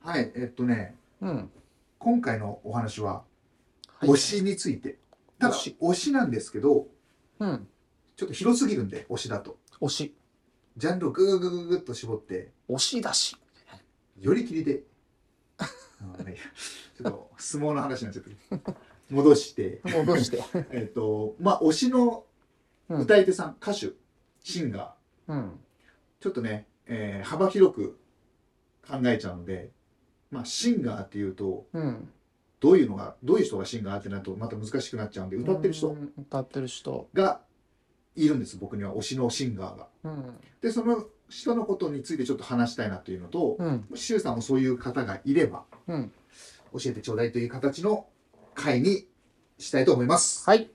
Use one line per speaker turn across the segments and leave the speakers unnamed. はい、えっとね、
うん。
今回のお話は、
はい
推しについて。ただ、
推し
推しなんですけど、
うん。
ちょっと広すぎるんで、推しだと。
推し。
ジャンルをぐぐぐぐぐっと絞って、
推しだし。
よりきりで、あのねちょっと相撲の話になっちゃったけど戻して、
戻 して。
えっと、まあ、推しの
うん
歌い手さん、歌手、シンガー、
うん。
ちょっとね、えー幅広く考えちゃうので、まあ、シンガーっていうと、
うん。
どういうのが、どういう人がシンガーってなると、また難しくなっちゃうんで、歌ってる
う
人
ん。歌ってる人。
がいるんです、僕には推しのシンガーが。
うん。
で、その人のことについてちょっと話したいなというのと、
うん。
もしシュウさんもそういう方がいれば、
うん。
教えてちょうだいという形の回にしたいと思います。
はい。
よ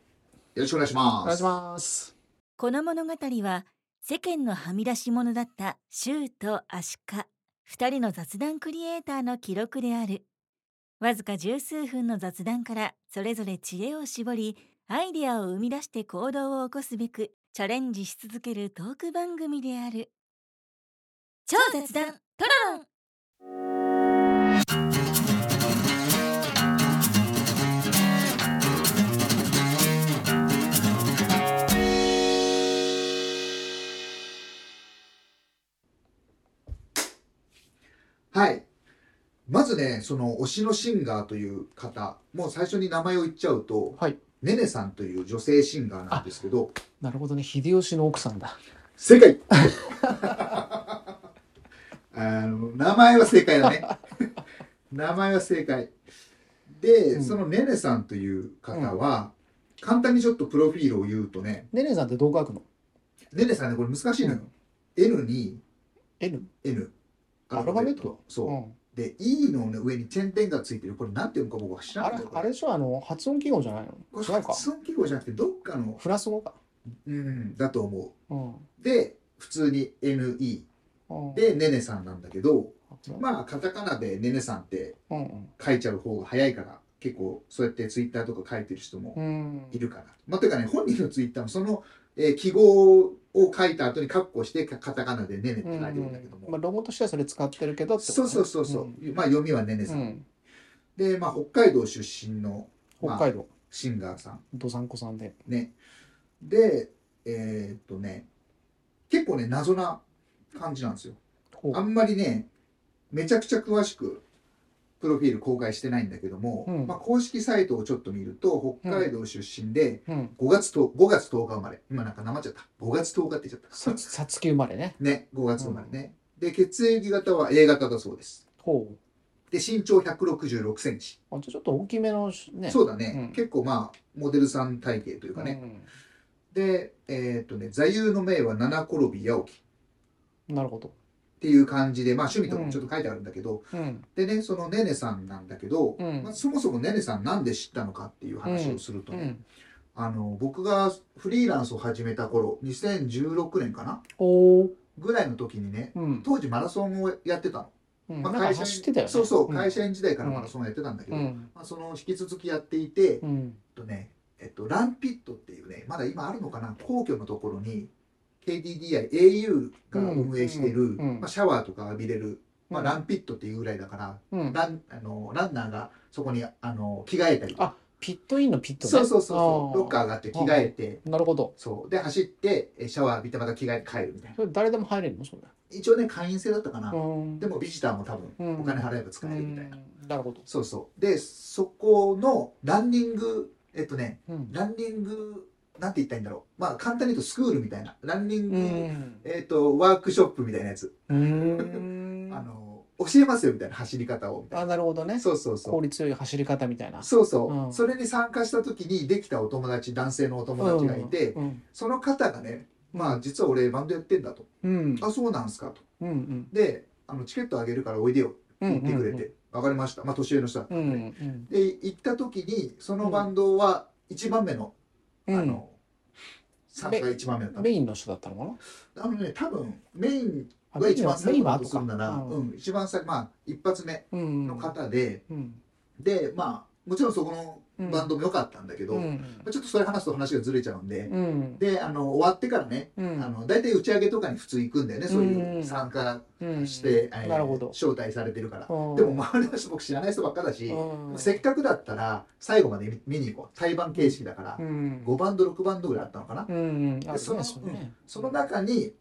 ろしくお願いします。
お願いします。
この物語は世間のはみ出し者だったシューとアシカ2人の雑談クリエイターの記録であるわずか十数分の雑談からそれぞれ知恵を絞りアイデアを生み出して行動を起こすべくチャレンジし続けるトーク番組である超雑談トロロン
はい。まずね、その推しのシンガーという方、もう最初に名前を言っちゃうと、
はい。
ねねさんという女性シンガーなんですけど、
なるほどね。秀吉の奥さんだ。
正解 あの名前は正解だね。名前は正解。で、
うん
そのねねさんという方は、簡単にちょっとプロフィールを言うとね、
ねねさんってどう書くの
ねねさんね、これ難しいのよ。N に
?N?
N。
アルファベット
そう。
うん。
で、E の上に点々がついてる。これなんて読むか僕は知ら
あ
な
れ
いんだけ、ど
あれでしょあの、発音記号じゃない
こ
の
れ
違うか。
発音記号じゃなくて、どっかの、
フランス語か。
うん、だと思
うん。
う。で、普通に NE
うん、
で、ねねさんなんだけど、
まあ、
まあ、カタカナでねねさんって
うん
書いちゃう方が早いから、結構そうやってツイッターとか書いてる人も
うん。うん
いるかな。まあ、というかね、本人のツイッターもその、えー記号を書いた後にカッコして、カカタカナでねねって書いてるんだけども。
うんまあ、ロゴとしてはそれ使ってるけどってこと
そう
ね
そうそうそう、
ん
まあ読みはねね
う
さん、
ん、
でまあ北海道出身の、ま
北
あ
海道
シンガーさん
どさんこさんで
ねでえーっとね結構ね謎な感じなんですよ
ほ
あ
うん
まりねめちゃくちゃ詳しくプロフィール公開してないんだけども、
うん
まあ、公式サイトをちょっと見ると北海道出身で
うん
5月 ,10 5月10日生まれ今なんかなまっちゃった5月10日って言っちゃった
ささつき生まれね
ね5月生まれね、で血液型は A 型だそうです
ほ
で身長1 6 6センチ
うあじゃあちょっと大きめのしね
そううだね、
ん
結構まあモデルさん体型というかね、で、えーっとね、座右の銘は七転び八起きっ
ん、なるほど
ていう感じで、まあ趣味とかもちょっと書いてあるんだけど、
うん
でね、そのねねさんなんだけど、
うん
まあ、そもそもねねさんなんで知ったのかっていう話をすると
う
ね、
ん
あの、僕がフリーランスを始めた頃、2016年かな
おー
ぐらいの時にね、
うん、
当時マラソンをやってたの。
うん
まあ、
なんか走ってたよね
そうそう、会
に
社員時代からマラソンをやってたんだけ
う
ど、
ん
まあ、その引き続きやっていて、えっ
うん
とね、えっと、ランピットっていうね、まだ今あるのかな、皇居のところに、KDDI、au が運営している、
うんうんうん
まあ、シャワーとか浴びれる、まあ、ラ
ン
ンピットっていうぐらいだから、
うん
ランあのランナーがそこにあの着替えたりとか、
あピットインのピットね
そうそうそうそう、ロッカ
あ
ーがあって着替えて、
ーなるほど
そう、で、走って、えシャワー浴びて、また着替えて帰るみたいな。
それ誰でも入れるのそれ
一応ね、会員制だったかな。
うん
でも、ビジターも多
うん
分、お金払えば使えるみたいな。
うんなるほど
そうそう。で、そこのランニング、えっとね、
うん
ランニング、なんて言ったらいいんだろう。まあ、簡単に言うとスクールみたいな。ランニング、
うん
えっ、と、ワークショップみたいなやつ。
うーん
あの、教えますよみたいな走り方を。みたい
あなるほどね
な。そうそうそ
効
う。
率よい走り方みたいな
そうそう、
うん
それに参加した時にできたお友達、男性のお友達がいて、
うんうん
その方がね、まあ、実は俺バンドやってんだと。
うん
あ、そうなんすかと。
うんうん
で、あの、チケットあげるからおいでよって
うん
言ってくれて、わ、かりました。まあ、年上の人だった
うん
で、
んうん
で、行った時に、そのバンドは1番目の、
うん
あの、参加が1番目だったの
メインの人だったのかな
あのね、多分メイン
あ
が一番
メイ
最
ン
後
は
だ
後
と
か
するなら、
う
うんん、一番最後、まあ、一発目
うん
の方で、
うん
で、まあ、もちろんそこのバンドも良かったんだけど、
う
ま
ん
あちょっとそれ話すと話がずれちゃうんで、
うん
であの終わってからね、
うん
あの大体打ち上げとかに普通行くんだよね、そういう参加
うん
して、えー
なるほど
招待されてるから、
うん
でも周りの人僕知らない人ばっかだし、
うん
せっかくだったら最後まで見見に行こう対バン形式だから、
うん
5バンド6バンドぐらいあったのかな、
うんあるね
その
そうね
その中に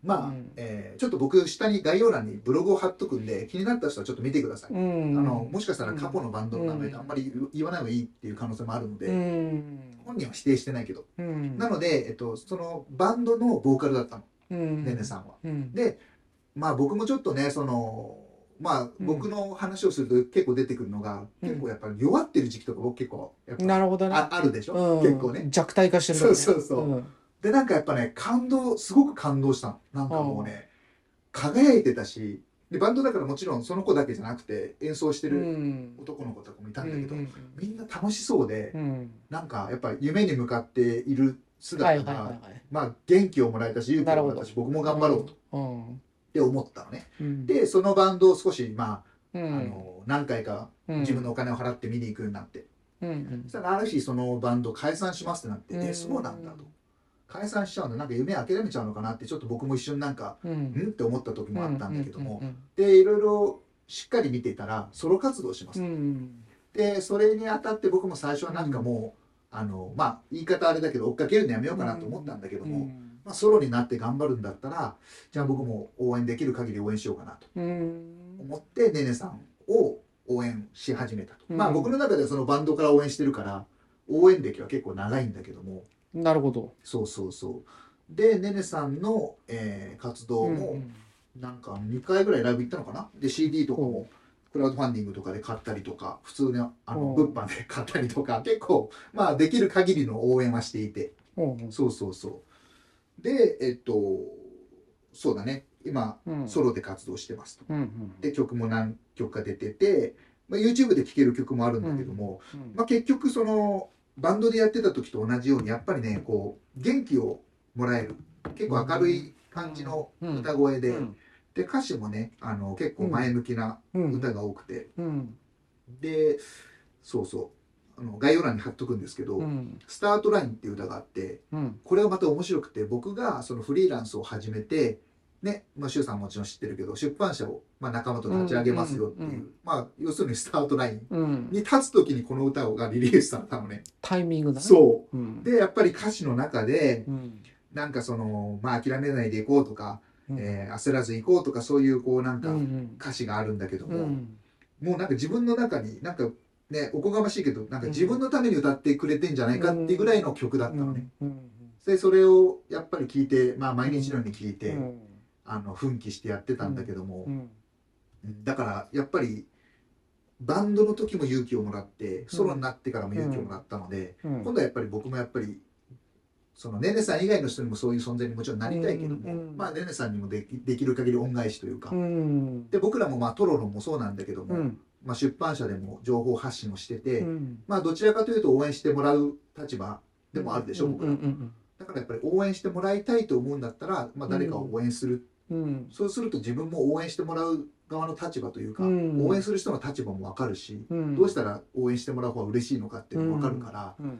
まあ、
うん
えーちょっと僕下に概要欄にブログを貼っとくんで気になった人はちょっと見てください、
うん
あのもしかしたら過去のバンドの名前ってあんまり言わない方がいいっていう可能性もあるので、
うん
本人は否定してないけど、
うん
なので、えっと、そのバンドのボーカルだったの、
うん
ねねさんは。
うん
でまあ僕もちょっとねそのまあ僕の話をすると結構出てくるのが、
うん
結構やっぱり弱ってる時期とか僕結構やっぱ
なるほどね
ああるでしょ、
うん
結構ね。
弱体化してるからね
そうそうそう
うん
でなんかやっぱね感動すごく感動したのなんかもうね輝いてたしでバンドだからもちろんその子だけじゃなくて演奏してる
うん
男の子とかもいたんだけど、
うん
みんな楽しそうで、
うん
なんかやっぱ夢に向かっている
はい
姿
はい
が、
はいはい
まあ元気をもらえたし勇気をもらえたし僕も頑張ろうとっ
うん
て思ったのね。
うん
でそのバンドを少しまあ
う
あ
ん
の何回か
うん
自分のお金を払って見に行くようになって、
うんうん
そしたらある日そのバンド解散しますってなって、
うん
えそうなんだと解散しちゃうんだなんか夢諦めちゃうのかなってちょっと僕も一瞬なんか
う
うん
ん
って思った時もあったんだけども、
うん
でいろいろしっかり見てたらソロ活動します、
うんうん
でそれにあたって僕も最初はなんかもう、あのまあ言い方あれだけど追っかけるのやめようかなと思ったんだけども、
うん
まあ、ソロになって頑張るんだったらじゃあ僕も応援できる限り応援しようかなと
うん
思ってねねさんを応援し始めたと、
うん
まあ僕の中ではそのバンドから応援してるから応援歴は結構長いんだけども
なるほど
そうそうそうでねねさんの、えー活動
う
も
ん
なんか2回ぐらいライブ行ったのかなで CD とかもクラウドファンディングとかで買ったりとか普通のあの
う
物
ん
販で買ったりとか結構まあできる限りの応援はしていて
うん
そうそうそうでえっとそうだね今
うん
ソロで活動してますと。
うんうん
で曲も何曲か出てて、まあ、YouTube で聴ける曲もあるんだけども、
うん
まあ、結局そのバンドでやってた時と同じようにやっぱりねこう元気をもらえる結構明るい感じの
うん
歌声で、
うん
で歌詞もねあの結構前向きな
うん
歌が多くて、
うん
でそうそうあの概要欄に貼っとくんですけど「
うん
スタートライン」っていう歌があって
うん
これがまた面白くて僕がそのフリーランスを始めてねまあ、周さんももちろん知ってるけど出版社を、まあ、仲間と立ち上げますよっていう、
うんうんうん
まあ、要するにスタートライン
うん
に立つ時にこの歌をがリリースされたのね。
タイミングだね
そ
うん
うでやっぱり歌詞の中で
うん
なんかその、まあ、諦めないでいこうとか、
うん
えー焦らずいこうとかそういうこうなん
う
か
ん
歌詞があるんだけど
う
も、
ん
もうなんか自分の中になんかねおこがましいけどなんか自分のために歌ってくれてんじゃないかっていうぐらいの曲だったのね。
うん
でそれをやっぱり聞いて、まあ、毎日のように聞いて、
うん
あの奮起してやってたんだけど
う
も、
ん
だからやっぱりバンドの時も勇気をもらってソロになってからも勇気をもらったので、
うん
今度はやっぱり僕もやっぱりそのねねさん以外の人にもそういう存在にもちろんなりたいけども、
うんうん
まあねねさんにもできできる限り恩返しというか、
うん
で僕らもまあトロロもそうなんだけども、
うん
まあ、出版社でも情報発信をしてて、
うん
まあどちらかというと応援してもらう立場でもあるでしょ、
うん
僕ら。
うん
だからやっぱり応援してもらいたいと思うんだったら、まあ、誰かを応援する、
うん
そうすると自分も応援してもらう側の立場というか、
うん
応援する人の立場も分かるし、
うん
どうしたら応援してもらう方が嬉しいのかっていうのも分かるから、
うん
っ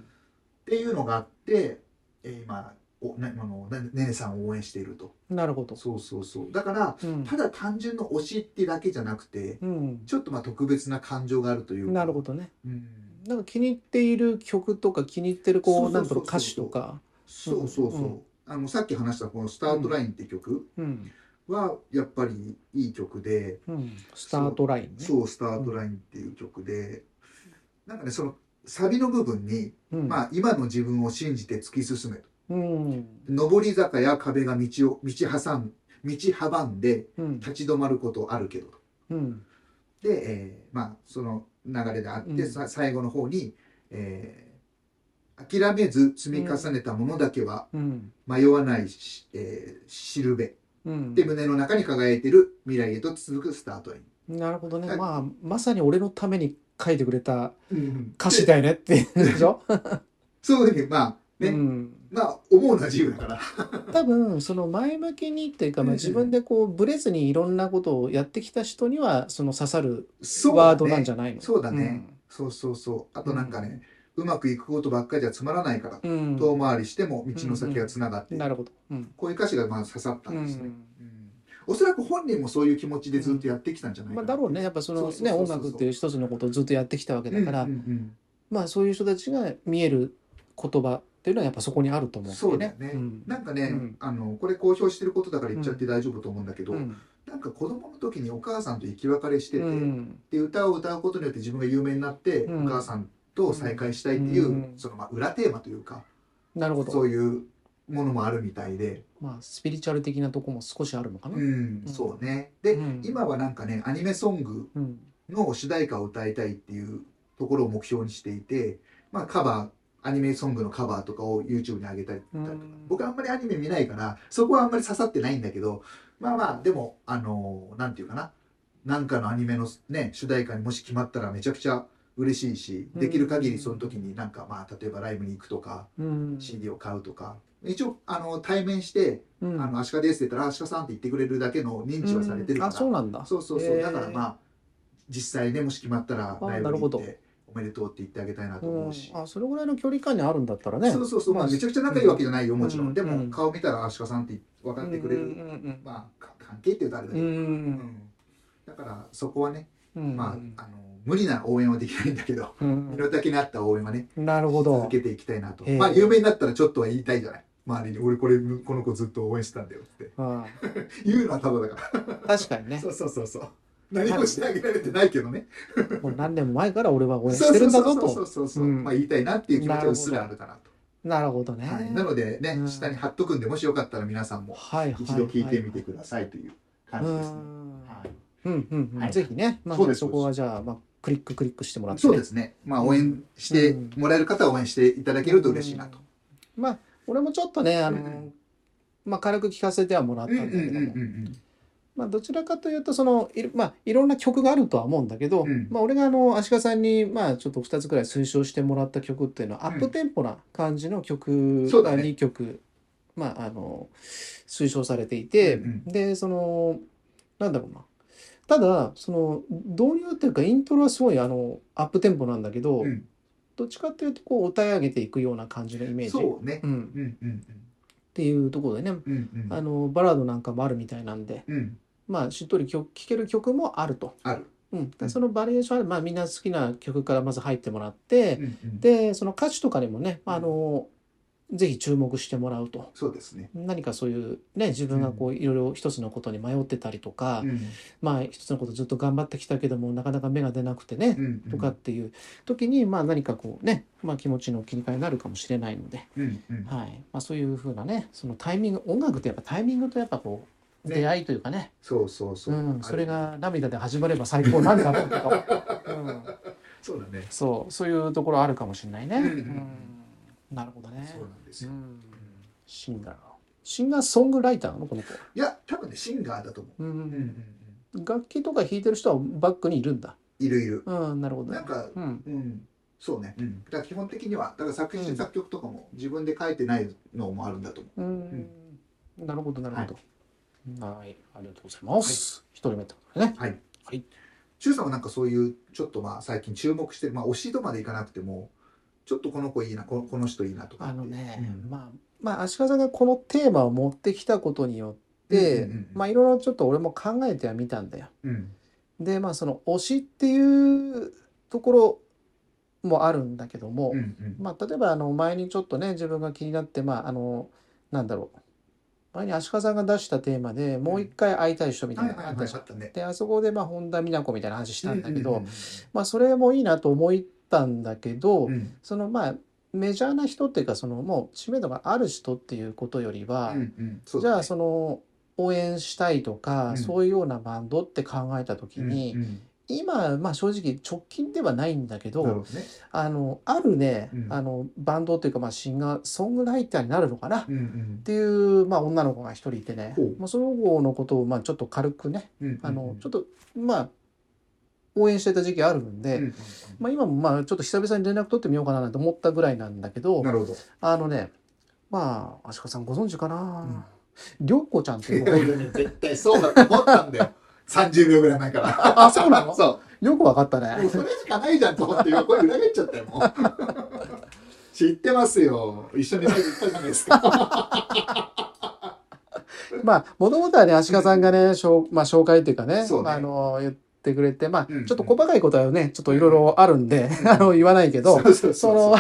ていうのがあって、えー今おねあのねねねさんを応援していると
なるほど
そうそうそうだから
うん
ただ単純の推しってだけじゃなくて
うん
ちょっとまあ特別な感情があるというか
なるほどね
うん、
なんか気に入っている曲とか気に入ってるこ
そう
う
そう
な
そ
ん
うそ
だ
う
ろう歌詞とか
そうそうそう、
うん
あのさっき話したこの「スタートライン」って曲
うん
はやっぱりいい曲で、
うんスタートラインね
そう「スタートライン」っていう曲で、なんかねそのサビの部分に、
うん
まあ、今の自分を信じて突き進め」
うん
「上り坂や壁が道を道挟ん道阻んで
うん
立ち止まることあるけど」
うん
で、えーまあその流れであって、
うん
さ最後の方に、えー諦めず積み重ねたものだけは
うん
迷わないし、えーしるべ」
うん
で胸の中に輝いてる未来へと続くスタートライン。
なるほどね
はい
まあまさに俺のために書いてくれた
うん
歌詞だよねって言うんでしょ
そういうふうにまあ ね、
うん
まあ思うのは自由だから。
多分その前向きにっていうか
うん
まあ自分でこうブレずにいろんなことをやってきた人にはその刺さる
そうだね
ワードなんじゃないの
そうだね、そうそうそうあとなんかね、うまくいくことばっかりじゃつまらないから、
うん
遠回りしても道の先がつながっている、
なるほど。うん。
こういう歌詞がまあ刺さったんですね、
うん
うんおそらく本人もそういう気持ちでずっとやってきたんじゃない
ま
かな、
あ、だろうねやっぱそ
そ
の
うそうそう
ね
そう
音楽っていう一つのことをずっとやってきたわけだから、
うんうん
まあそういう人たちが見える言葉っていうのはやっぱそこにあると
うん
思うんだ
そ
よ
うだよ
ね。
ね、
うん
なんかね、
うん
あのこれ公表してることだから言っちゃって大丈夫と思うんだけど、
うん
なんか子供の時にお母さんと生き別れしてて、
うん
で歌を歌うことによって自分が有名になって、
うん
お母さんと再会したいっていう、
うん
そのまあ裏テーマというか、
なるほど
そういうものもあるみたいで、
まあスピリチュアル的なとこも少しあるのかな。
うん
うん
そうねで、
うん
今はなんかねアニメソング
うん
の主題歌を歌いたいっていうところを目標にしていて、まあ、カバーアニメソングのカバーとかを YouTube に上げたりとか、
うん
僕あんまりアニメ見ないからそこはあんまり刺さってないんだけどまあまあでもあのーなんていうかななんかのアニメのね主題歌にもし決まったらめちゃくちゃ嬉しいしできる限りその時になんかまあ例えばライブに行くとか
うん、
CD を買うとか一応あの対面して
う
「
ん
あのアシカです」って言ったら「アシカさん」って言ってくれるだけの認知はされてる
うん
から、
あそうなんだ。
そうそうそう、
へー
だからまあ実際ねもし決まったら
あ
ライブに行っ
な
ておめでとうって言ってあげたいなと
う
思
ん
うし、
あそれぐらいの距離感にあるんだったらね。
そうそうそう、まあ、
まあ
めちゃくちゃ仲いいわけじゃないよもちろん、
うん
で
う
も
ん
顔見たらあしかさんって分かってくれる、
うんうんうん
まあか関係って言うとあれだ
う
けど、うんだからそこはね、
うん
まああの無理な応援はできないんだけど
うん
身の丈に合った応援はね
なるほ
続
ど。
けていきたいなと
へー
まあ有名になったらちょっとは言いたいじゃない周りに俺これこの子ずっと応援してたんだよって
あ
言うのはただだか
あ確かに
ら
ね
そうそうそうそう何もしてあげられてないけどね
もう何年も前から俺 は応援してるんだぞ
そう
と。
そうそうそう、
うん
まあ言いたいなっていう気持ちはうっすらあるかなと
なるほどね。
はい、なのでね、
うん
下に貼っとくんでもしよかったら皆さんも
はい
一度聞いてみてくださいという感じですね。はい
うんうんうん
はい
ぜひね、まあ、
そう
そ
です
こはじゃあ、まあ、クリッククリックしてもらって、ね、
そうですね、まあ、応援してもらえる方は応援していただけると嬉しいなと。
うんまあ俺もちょっとねあの、
うん
まあ、軽く聞かせてはもらった
うん
ん
うん
だけ
う
ど
ん
も、
うん
まあ、どちらかというとそのいろ,、まあ、いろんな曲があるとは思うんだけ
う
ど、
ん
まあ、俺があの足利さんに、まあ、ちょっと2つくらい推奨してもらった曲っていうのは、
うん
アップテンポな感じの曲
そうだ
が
ね
2曲、まあ、あの推奨されていて、
うん
でそのなんだろうなただその導入っていうかイントロはすごいあのアップテンポなんだけど、
うん
どっちかっていうとこう歌い上げていくような感じのイ
う
メー
ん。
ジ、
そうね。
うん、
うんうん
っていうところでね、
うんうん
あのバラードなんかもあるみたいなんで、
うんうん
まあ、しっとり曲聴ける曲もあると。
ある。
うん、
う
で
ん
そのバリエーションある、まあ、みんな好きな曲からまず入ってもらって、
うんうん
でその歌詞とかにもね、
うん
あのぜひ注目してもらうと
そうですね。
何かそういうね自分がこういろいろ一つのことに迷ってたりとか、
うん
まあ一つのことずっと頑張ってきたけどもなかなか芽が出なくてね、
うんうん
とかっていう時に、まあ、何かこうね、まあ、気持ちの切り替えになるかもしれないので、
うんうん
はいまあ、そういうふうなねそのタイミング音楽ってやっぱタイミングとやっぱこう
ね
出会いというかね
そうそうそうう。
ん、それが涙で始まれば最高なんだろうとか、うん、
そうだね。
そうそういうところあるかもしれないね、
うんうん
うんなるほどね
そうなんです
う
よ。
ん
うん
シンガーシンガーソングライターなのこの子、
いや多分ねシンガーだと思
う
う。うん
ん
うんうん
楽器とか弾いてる人はバックにいるんだ
いるいる。
うんなるほどね
なんか
うん
うん、そうね、だから基本的にはだから作詞
うん
作曲とかも自分で書いてないのもあるんだと思
うんなるほどなるほどはい、ありがとうございます一、人目ってことでね
う、はい
はい
中さんはなんかそういうちょっとまあ最近注目してる、まあ、推しとまでいかなくてもちょっとこの子いいなここの人いいなとかって
あのね、
うん
まあまあ足利さんがこのテーマを持ってきたことによって、
うんうんうん
まあいろいろちょっと俺も考えてはみたんだよ
うん
でまあその推しっていうところもあるんだけども、
うんうん
まあ、例えばあの前にちょっとね自分が気になってまああのなんだろう前に足利さんが出したテーマでもう一回会いたい人みた
はいい
な
はい
の
は
があ
い
ったじ
あ
ゃん。
ったね
であそこでまあ本田美奈子みたいな話したんだけど、
うん
まあ、それもいいなと思ったんだけど、
うんうん
そのまあメジャーな人っていうかそのもう知名度がある人っていうことよりは、
うんうんそう
じ
だ
ゃ
ね
あその応援したいとか、
うん
そういうようなバンドって考えた時
うんうん
に、
うん
今、まあ、正直直近ではないんだけ
なる
ど
ほどね
あのあるね、
うん
あのバンドというか、まあ、シンガーソングライターになるのかなっ
うんうん
ていう、まあ、女の子が一人いてね
ほう
もうその子のことを、まあ、ちょっと軽くね
うんうん
あの、ちょっとまあ応援してた時期あるんで、
うんうん
まあ、今もまあちょっと久々に連絡取ってみようかななんて思ったぐらいなんだけ
う
ど
んなるほど
あのねまあ足利さんご存知かなりょ うこちゃんっていう
絶対そうだと思ったんだよ30秒ぐらい前から
あそうなの
そう
よくわかった
もう
ね。
それしかないじゃんと思って横に裏切っちゃったよ もう知ってますよ一緒に行ったじゃないですか
まあ、もともとはね、足利さんがね、しょうまあ、紹介っていうかね、
そうね
まああの、言ってくれて、まあ、
うん
ちょっと細かいことはね、ちょっといろいろあるんで、あの、言わないけ ど、
うそう
その、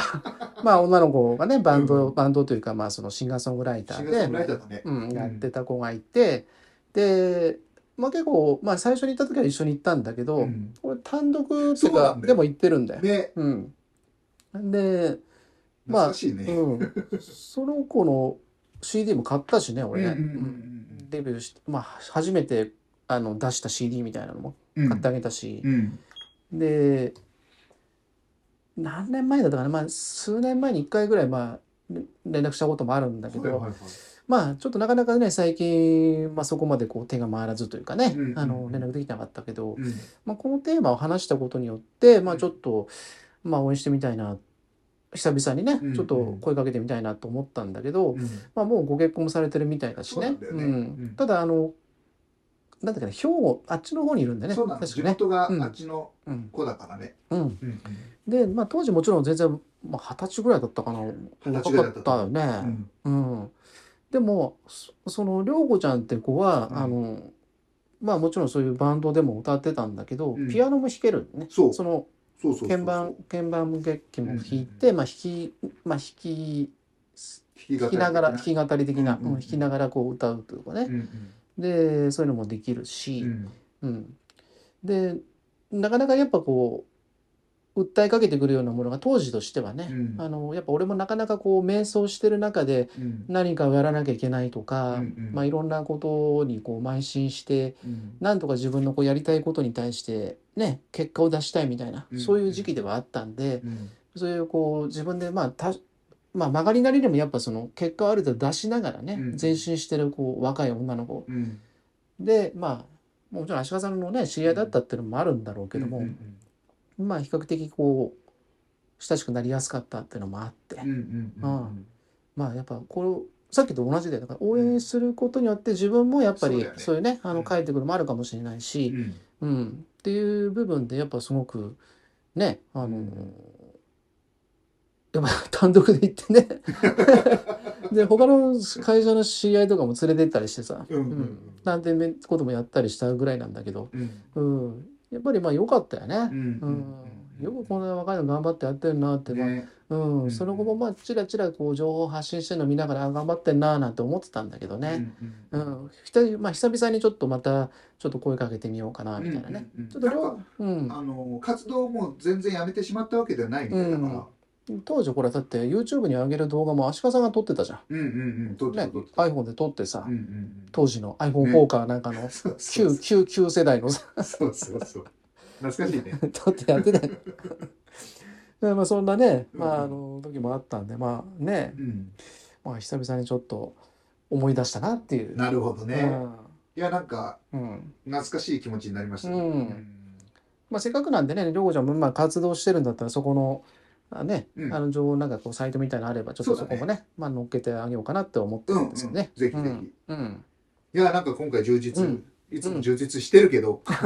まあ、女の子がね、バンド、
うん
バンドというか、まあ、そのシンガーソングライター
4
で、
月ぐらいだったね
うん、やってた子がいて、で、まあ、結構、まあ、最初に行った時は一緒に行ったんだけど、
うん
これ単独ってい
そううな
か
んだよ
でも行ってるんだよ。
ね
うん、で、ま
懐
あ
かしいね、
うん、その子の CD も買ったしね俺ね、
うんうんうん
うんデビューして、まあ、初めてあの出した CD みたいなのも
うん
買ってあげたし
う、ん
で何年前だったかな、まあ、数年前に1回ぐらい、まあ、れ連絡したこともあるんだけど、
はいはいはい
まあちょっとなかなかね最近、まあ、そこまでこう手が回らずというかね、
うんうんうん
あの連絡できなかったけど、
うん
まあ、このテーマを話したことによって、ま
う
あ、
ん
ちょっと、まあ、応援してみたいな久々にね、
うん
ちょっと声かけてみたいなと思ったんだけど、
うん
まあ、もうご結婚もされてるみたいだしね
そうなんだよね
うん
うん
ただあのなんだっけね兵庫あっちの方にいるんだよね
そうなんです
確
地
かね。
元が
うん
あっちの
うん
子だからね、
うん、
うんうん
で、まあ、当時もちろん全然、まあ、二十歳ぐらいだったかな
二十歳
若
ぐらいだ
かっ
った
た
と
よね。
うん
うん、でもそその涼子ちゃんって子は、
うん
あのまあもちろんそういうバンドでも歌ってたんだけど、
うん
ピアノも弾けるね
そう
その
そうそうそう
鍵盤鍵盤も楽器も弾い
うん
て、まあ弾きまあ弾き
弾
弾きながら弾き語り的
う
な、
んうんうん
うん弾きながらこう歌うというか
う
ね、
ん
でそういうのもでき
う
る
んう
し、
ん
うんでなかなかやっぱこう訴えかけてくるようなものが当時としてはね、
うん
あのやっぱ俺もなかなかこう迷走してる中で
うん
何かをやらなきゃいけないとか、
うんうん
まあ、いろんなことにこう邁進して
うん
なんとか自分のこうやりたいことに対して、ね、結果を出したいみたいな、
うん
そういう時期ではあったんで
うん
そういうこう自分でまあた、まあ、曲がりなりにもやっぱその結果をある程度出しながらね、
うん
前進してるこう若い女の子
うん
でまあもちろん足利さんのね知り合いだったっていうのもあるんだろうけども、
うんうん
まあ比較的こう親しくなりやすかったっていうのもあって。
うんうんうん
ああまあやっぱこれをさっきと同じだよだから応援することによって自分もやっぱ
そう
り
だよね
そういうねあ
う
の
ん
帰ってくるのもあるかもしれないうし、
ん
うん、っていう部分でやっぱすごくねあ
う
の
ん
やっぱ単独で行って ねで他の会社の知り合いとかも連れてったりしてさ、
うんうんうん
なんてこともやったりしたぐらいなんだけど、
うん
うん、やっぱりまあ良かったよ
う
ね。
ん
う
うん
んよくこんな若いの頑張ってやってるなって、まあ
ね
うん
うん
その後もまあちらちらこう情報を発信してるの見ながらあ頑張ってんなーなんて思ってたんだけどね、
うん
う
うん
んひたまあ、久々にちょっとまたちょっと声かけてみようかなみたいなね、
うんうんうん
ちょっと
なん
両
か
うん
あの活動も全然やめてしまったわけではないみたいだから
当時ほらだって YouTube に上げる動画も足利さんが撮ってたじゃ
うんうんうんどっ
ん、
ち
ね
どっち、
iPhone で撮ってさ、
うんうんうん
当時の iPhone4 かなんかの、
そうそ
旧
う
旧旧世代のさ
そうそうそう懐かしい ね
撮ってやっ てたよでまあそんなね、まあ、あ
うん
の時もあったんでまあね、
うん
まあ、久々にちょっと思い出したなっていう。
なるほどねいやなんか
うんうん
懐かしい気持ちになりましたね
うん
うん
まあ、せっかくなんでね、りょうこちゃんもまあ活動してるんだったら、そこの、あね、
うん
あの情報なんかこうサイトみたいなのあれば、ちょっと
そ
そう
だ
こ
ね
もね、まあ乗っけてあげようかなって思ってるんですよね。
うんうんぜひぜ
ひ。うん。
いやなんか今回充実
うん
いつも充実してるけど
ま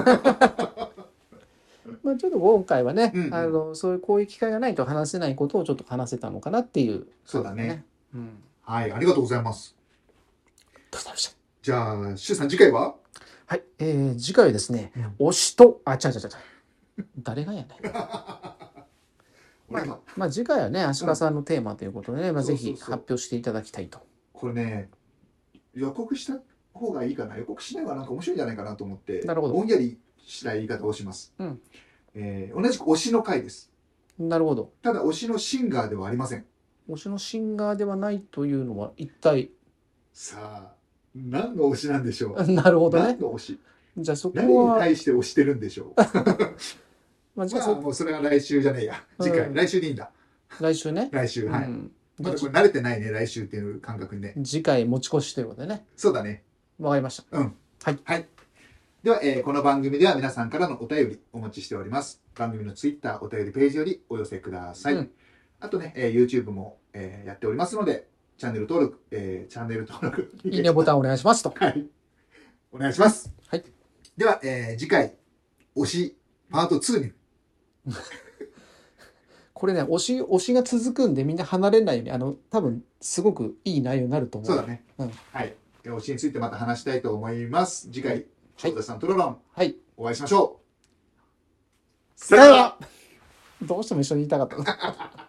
あちょっと今回はね、
うんうん
あのそういうこういう機会がないと話せないことをちょっと話せたのかなっていう。
そうだね。
うん。
はいありがとうございます
どうぞどうぞ
じゃあ周さん次回は
はい、えー、次回はですね、推しと、あ、違う違う違う。誰がやね。ま
俺
あ
か、
まあ、次回はね、足利さんのテーマということでね、まあ、
そ
ぜ
うそうそう
ひ発表していただきたいと。
これね予告した方がいいかな予告しない方がなんか面白いんじゃないかなと思って
なるほど
ぼんやりした言い方をします、
うん
えー同じく推しの回です
なるほど。
ただ推しのシンガーではありません
推しのシンガーではないというのは一体
さあ何の推しなんでしょう
なるほどね
何の推し
じゃあそこ
何に
は、
対して推してるんでし ょう
まあ、じゃあ
まあ
そ
もうそれは来週じゃねえや次回、
うん
来週でいいんだ
来週ね、
来週
う
はい、
ん、じ
ま
ゃあ
だこれ慣れてないね来週っていう感覚にね
次回持ち越しということでね
そうだね
わかりまし
で
た
は、えーこの番組では皆さんからのお便りお待ちしております。番組のツイッターお便りページよりお寄せください。
うん
あとね、えー YouTube も、えーやっておりますので、チャンネル登録、えーチャンネル登録、
いいねボタ
ン。
ンお願い しますと
はい。お願いします。
はい。
では、えー次回、推しパート2に。
これね推し推しが続くんでみんな離れないようにあの多分すごくいい内容になると思う
そうだね。
うん
はい。え推しについてまた話したいと思います。次回、長田さんとロロン、
はい
お会いしましょう。
さよならどうしても一緒に言いたかった